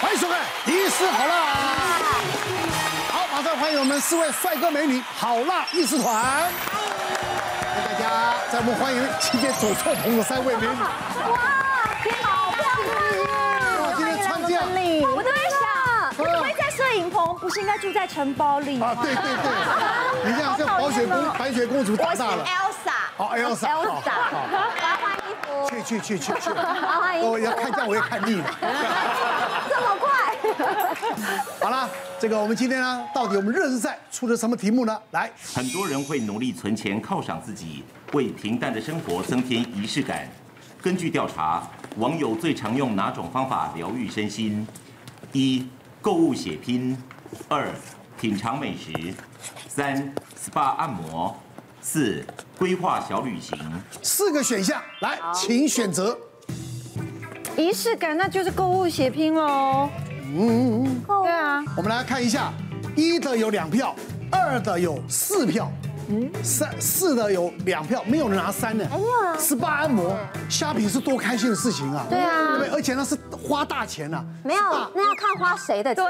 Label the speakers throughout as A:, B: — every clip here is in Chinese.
A: 欢迎收看《医师好辣》。好，马上欢迎我们四位帅哥美女好辣医师团。跟大家在我们欢迎期间走错棚的三位美女。
B: 哇，天哪，好漂亮
A: 哇
B: 啊！
A: 今天穿这样
B: 我都在想，我不会在摄影棚，不是应该住在城堡里吗
A: 啊，？对对对，你这样像白雪公白雪公主长大了。
B: Elsa，
A: 好，Elsa，好好好
B: 我要换衣服，
A: 去去去去去！
B: 我要换衣
A: 我
B: 服，
A: 要看这样，我也看腻了。
B: 这么快？
A: 好了，这个我们今天呢，到底我们热身赛出了什么题目呢？来，
C: 很多人会努力存钱犒赏自己，为平淡的生活增添仪式感。根据调查，网友最常用哪种方法疗愈身心？一、购物血拼；二、品尝美食；三、SPA 按摩；四、规划小旅行。
A: 四个选项，来，请选择。
D: 仪式感那就是购物血拼喽。
B: 对嗯
D: 对，啊，
A: 我们来看一下，一的有两票，二的有四票，嗯，三四的有两票，没有人拿三呢。哎
E: 啊
A: 呀，十八按摩虾皮是多开心的事情啊！对
B: 啊
A: 对不对？而且呢是花大钱呐、啊。
B: 没有，那要看花谁的钱。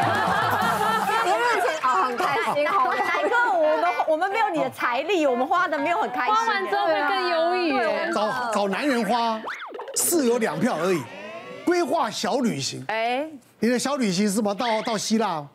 B: 对，别人的钱哦，很开心， 好
F: 来哥，我们我们没有你的财力，我们花的没有很开心。
E: 花完之后会更忧郁耶。
A: 找找男人花，四有两票而已。规划小旅行，
F: 哎，
A: 你的小旅行是什么？到到希腊哦，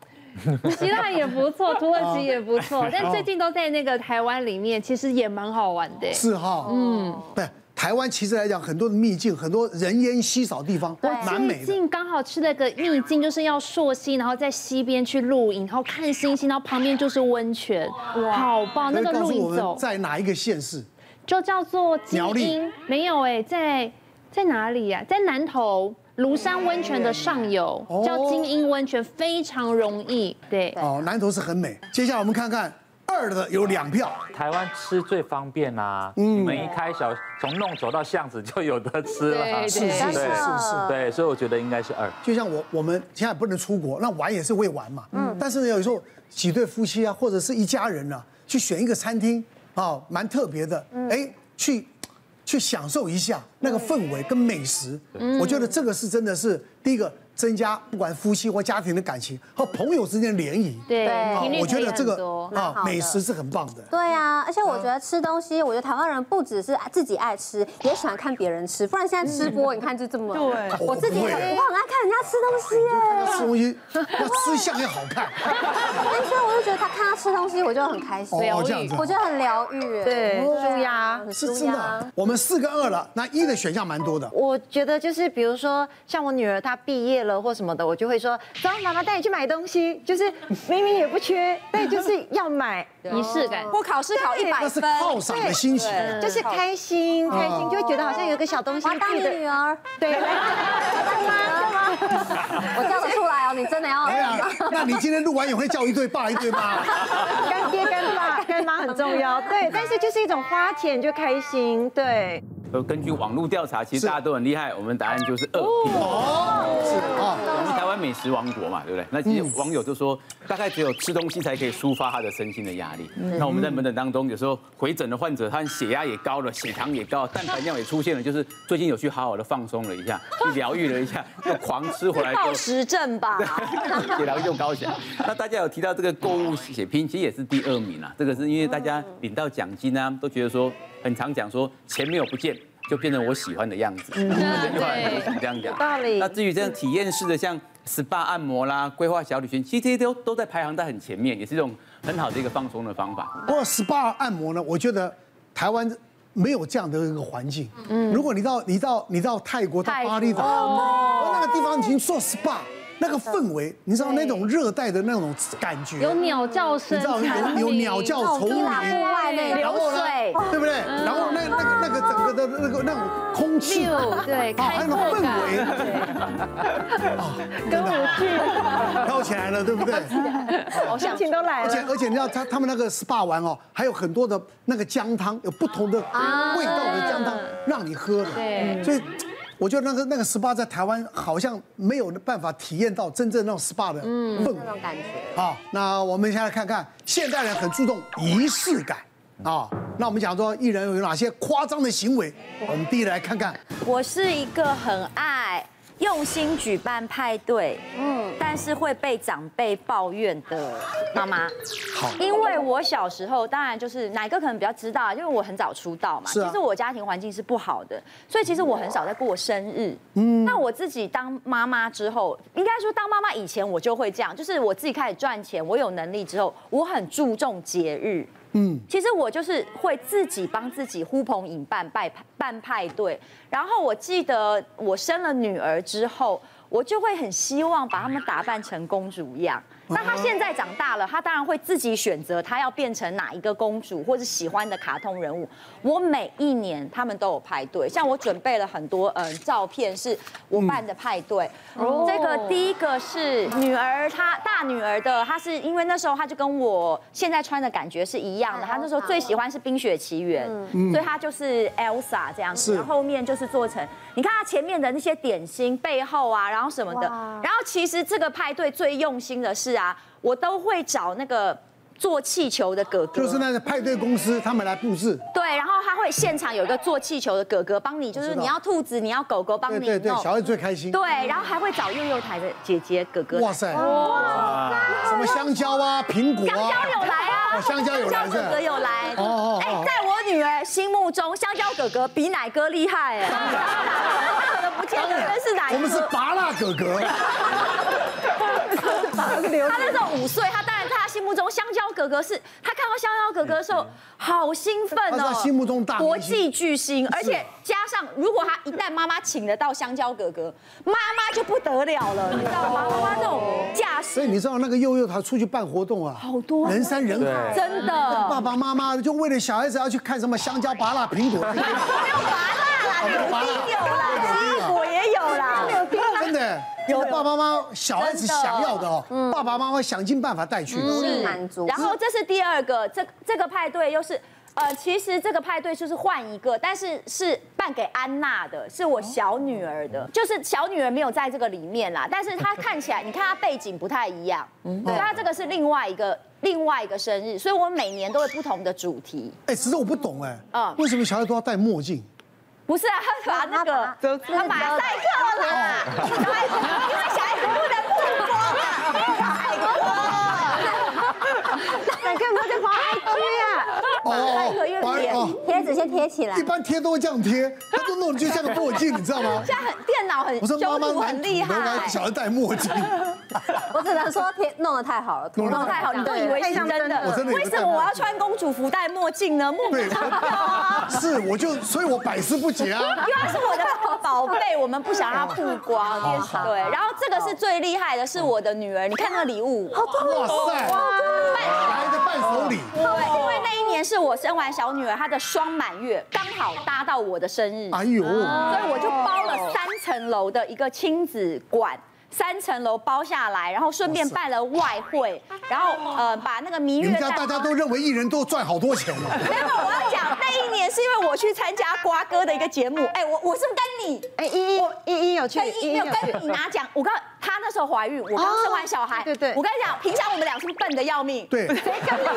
E: 希腊也不错，土耳其也不错，但最近都在那个台湾里面，其实也蛮好玩的。
A: 是哈，嗯，对。台湾其实来讲，很多的秘境，很多人烟稀少的地方，蛮美
E: 最
A: 的。
E: 近刚好吃了个秘境，就是要溯溪，然后在溪边去露营，然后看星星，然后旁边就是温泉，好棒！那
A: 可
E: 个
A: 以告
E: 露
A: 诉我
E: 营
A: 们
E: 走
A: 在哪一个县市？
E: 就叫做基
A: 苗栗
E: 因，没有哎，在在哪里呀、在南投。庐山温泉的上游
A: 哦
E: 叫精英温泉，非常容易。对，
A: 哦，南投是很美。接下来我们看看二的有两票，
G: 台湾吃最方便啦、
A: 嗯
G: 你们一开小从弄走到巷子就有的吃了，
E: 对是
A: 是是是，
G: 对，所以我觉得应该是二。
A: 就像我我们现在不能出国，那玩也是会玩嘛。嗯，但是呢，有时候几对夫妻啊，或者是一家人啊，去选一个餐厅啊，蛮特别的，哎，去去享受一下那个氛围跟美食。我觉得这个是真的是第一个增加不管夫妻或家庭的感情和朋友之间的联谊。
E: 对
B: 对
A: 啊
E: 频率
A: 我觉
E: 可以
A: 得这个哦
E: 很多
B: 蛮好的
A: 美食是很棒的。
B: 对啊，而且我觉得吃东西，我觉得台湾人不只是自己爱吃，也喜欢看别人吃。不然现在吃播，你看就这么。
F: 对
B: 我自己
A: 我不
B: 很
A: 会
B: 我很爱看人家吃东西耶。
A: 吃东西要吃相也好看，
B: 哎所以我就觉得他看他吃东西，我就很开心。
A: 哦，这样子。
B: 我觉得很疗愈耶。
F: 对舒压
B: 很
A: 是
B: 舒
A: 真的
B: 压
A: 啊。。我们四跟二了，那一的选项蛮多的。
F: 我觉得就是比如说像我女儿她毕业了或什么的，我就会说走，妈妈带你去买东西，就是明明也不缺，但就是要买。
E: 仪式感。
H: 哦
B: 我考试考一百
A: 那是犒赏的心情。
F: 就是开心，开心就会觉得好像有一个小东西
B: 我要当
F: 自
B: 你
F: 己的，
B: 哦女儿，
F: 对，
B: 我叫得出来哦，你真的要
A: 哎呀，那你今天录完也会叫一对爸一对妈，
F: 干爹干爸干妈很重要，对，但是就是一种花钱就开心，对，
I: 呃，根据网络调查，其
A: 是
I: 实大家都很厉害，我们答案就是二品。
A: 是啊，
I: 我们台湾美食王国嘛，对不对？那其实网友就说，大概只有吃东西才可以抒发他的身心的压力。那我们在门诊当中，有时候回诊的患者，他血压也高了，血糖也高，蛋白尿也出现了，就是最近有去好好的放松了一下，去疗愈了一下，又狂吃回来就
F: 食症吧，
I: 血糖就高起来。那大家有提到这个购物血拼，其实也是第二名啊。这个是因为大家领到奖金啊，都觉得说很常讲说钱没有不见，就变成我喜欢的样子。 这句话很流行这样讲。
F: 道理
I: 那至于这样体验式的，像 SPA 按摩啦、规划小旅行，其实这些都都在排行在很前面，也是一种很好的一个放松的方法。
A: 不过 SPA 按摩呢，我觉得台湾没有这样的一个环境。嗯，如果你到你到你到泰国到巴厘岛，哇那个地方已经做 SPA，那个氛围，你知道那种热带的那种感觉，
E: 有鸟叫声，
A: 你知道
E: 蝉鸣
A: 有有鸟叫、虫鸣，
B: 啊外那
A: 然
B: 流
A: 后呢
B: 水，
A: 对不对？然后那那个那个整个的那个那种空气，
E: 六
A: 啊，还
E: 对，开
A: 有那
E: 拓
A: 氛围
E: 感，，
A: 跟我去飘起来了，对不对？
F: 好心情都来
A: 而且
F: 了。
A: 而且你知道他他们那个 SPA 完哦，还有很多的那个姜汤，有不同的味道的姜汤让你喝的。
E: 对
A: 所以我觉得那个那个 SPA 在台湾好像没有办法体验到真正那种 SPA 的氛围
B: 那。种感觉。
A: 好，那我们先来看看现代人很注重仪式感啊。那我们讲说艺人有哪些夸张的行为，我们第一来看看
F: 我是一个很爱
H: 用心举 办派对，嗯，但是会被长辈抱怨的妈妈。好，因为我小时候，当然就是奶哥可能比较知道啊，因为我很早出道嘛。
A: 是啊
H: 其实我家庭环境是不好的，所以其实我很少在过生日。嗯，那我自己当妈妈之后，应该说当妈妈以前我就会这样，就是我自己开始赚钱，我有能力之后，我很注重节日。
A: 嗯
H: 其实我就是会自己帮自己呼朋引伴办派办派对，然后我记得我生了女儿之后，我就会很希望把她们打扮成公主一样。那
A: 哦
H: 她现在长大了，她当然会自己选择她要变成哪一个公主，或是喜欢的卡通人物。我每一年他们都有派对，像我准备了很多嗯、呃照片，是我办的派对。这个第一个是女儿，她大女儿的，她是因为那时候她就跟我现在穿的感觉是一样的，她那时候最喜欢是《冰雪奇缘》，所以她就是 Elsa 这样
A: 嗯
H: 子，
A: 是
H: 然后后面就是做成，你看她前面的那些点心，背后啊，然后什么的，然后其实这个派对最用心的是啊，我都会找那个做气球的哥哥，
A: 就是那个派对公司他们来布置，
H: 对，然后他会现场有一个做气球的哥哥帮你，就是
A: 知道
H: 你要兔子，你要狗狗帮
A: 对
H: 你
A: 对对，
H: 弄
A: 小孩最开心。
H: 对，然后还会找幼幼台的姐姐哥哥来。
A: 哇塞，什么香蕉啊，苹果
H: 香
A: 啊，
H: 蕉有来啊，
A: 哦香蕉有来
H: 香蕉哥哥有来。
A: 哦哦哦
H: 哎，在我女儿心目中，香蕉哥哥比奶哥厉害 哎。他可能不见得认识奶哥，
A: 我们是拔蜡哥哥，
H: 他那时候五岁，他当然在他心目中，香蕉哥哥是他看到香蕉哥哥的时候，好兴奋
A: 他在
H: 哦，
A: 心目中大明星
H: 国际巨星，而且加上如果他一旦妈妈请得到香蕉哥哥，妈妈就不得了了，你知道吗？妈妈这种架
A: 所以
H: 势
A: 你知道那个幼幼他出去办活动啊，好多人山人海，
H: 真的
A: 爸爸妈妈就为了小孩子要去看什么香蕉、拔蜡、苹 果，
H: 没有 拔蜡啦，柳丁有啦，奇异果也有啦，
A: 真的，有爸爸妈妈小孩子想要的哦，
H: 嗯
A: 爸爸妈妈想尽办法带去的。哦
B: 是满足。
H: 然后这是第二个，这这个派对又是。呃，其实这个派对就是换一个，但是是办给安娜的，是我小女儿的，就是小女儿没有在这个里面啦，但是她看起来，你看她背景不太一样，所以她这个是另外一个另外一个生日，所以我每年都会不同的主题，
A: 哎，其实我不懂哎
H: 嗯，
A: 为什么小孩都要戴墨 镜？
H: 不是啊，她把那个
F: 遮住
H: 她买赛克啦，因为小孩子不能啊不播
F: 奶哥不要再跑 IG 啊！
A: 哦
H: 戴一个月脸
A: 哦
B: 贴纸先贴起 来
A: 一，般贴都会这样贴，他就弄得就像个墨镜，你知道 吗？
H: 现在很电脑很
A: 我说妈
H: 修
A: 妈
H: 图
A: 蛮
H: 很厉
A: 土的
H: 害
A: 让，小孩戴墨 镜，
B: 我只能说贴弄得太好了，
A: 弄得
H: 状态好，哦你都以为是真的。
A: 我真的以为
H: 为
A: 是
H: 什么我要穿公主服戴墨镜呢？莫名
A: 对
H: 其妙啊！，
A: 是我就，所以我百思不解 啊。
H: 因为她是我的宝贝，我们不想让她曝 光。对，然后这个是最厉害的，是我的女儿。你看那个礼物，
A: 哇塞，小孩的伴手礼，
H: 对，因为那一年是我生完小女儿，她的双满月刚好搭到我的生日，
A: 哎呦，
H: 所以我就包了三层楼的一个亲子馆。三层楼包下来，然后顺便办了外汇，然后呃把那个蜜
A: 你
H: 月
A: 们家
H: 蛋糕
A: 大家都认为艺人都赚好多钱了，
H: 没有，我要讲那一年是因为我去参加瓜哥的一个节目，哎，我我是不是跟你
F: 哎，依依依依有去，
H: 跟一没有跟你拿奖？我刚她那时候怀孕，我刚生完小孩，
F: 对对
H: 我跟你讲，平常我们俩是不是笨的 要命？
A: 对
H: 谁跟你？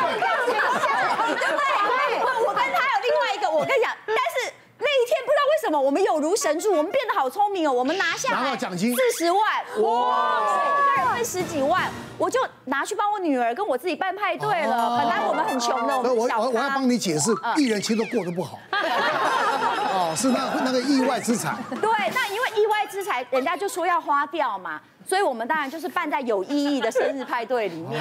H: 我对不对？我我跟他有另外一个，我跟你讲，但是。那一天不知道为什么，我们有如神助，我们变得好聪明哦。我们拿下
A: 拿到奖金
H: 四十万，哇，一个人分十几万，我就拿去帮我女儿跟我自己办派对了。本来我们很穷的，我
A: 所以我
H: 们小嗯
A: 我我要
H: 咖
A: 帮你解释，艺人其实都过得不 好，哦，是那那个意外之财，
H: 对，那因为意外之财，人家就说要花掉嘛，所以我们当然就是办在有意义的生日派对里面，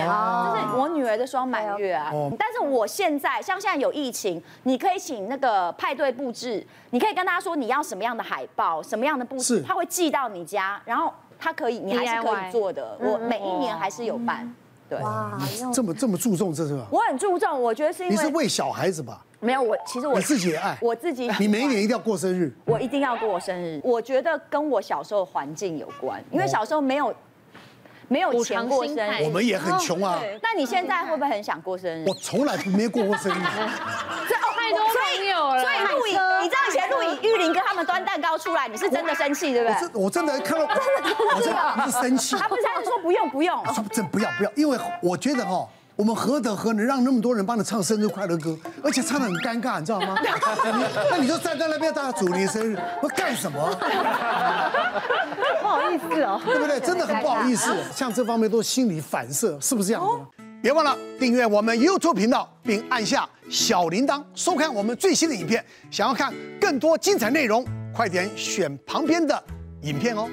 H: 这是我女儿的双满月啊
A: 哦。
H: 但是我现在像现在有疫情，你可以请那个派对布置，你可以跟大家说你要什么样的海报，什么样的布
A: 是
H: 置，他会寄到你家，然后他可以，你还是可以
F: DIY
H: 做的。我
A: 嗯
H: 每一年还是有办，对。
B: 哇，用
A: 这么这么注重这是吧？
H: 我很注重，我觉得是因
A: 你是
H: 为
A: 为小孩子吧？
H: 没有我，其实我
A: 你自己也爱
H: 我自己喜欢，
A: 你每一年一定要过生日，
H: 我一定要过生日。我觉得跟我小时候环境有关，因为小时候没有没有钱过生
E: 哦补偿心态
H: 日
A: 我。们也很穷啊，
H: 那你现在会不会很想过生日哦
A: 我？从来没过过生日，
E: 太多朋友了，
H: 所以陆影，你知道以前陆影、玉林跟他们端蛋糕出来，你是真的生 气对不
A: 我
H: 对
A: 真？我真的看到，我真的不是生气，
F: 哦
H: 他不是他就说不用不用，
A: 啊我说真不要不要，因为我觉得哈、我们何德何能让那么多人帮你唱生日快乐歌，而且唱的很尴尬，你知道 吗？你那你就站在那边大家祝你生日，我干什么？
F: 不好意思哦，
A: 对不对？真的很不好意思，像这方面都是心理反射，是不是这样子
F: 哦
A: 呢？别忘了订阅我们 YouTube 频道，并按下小铃铛，收看我们最新的影片。想要看更多精彩内容，快点选旁边的影片哦。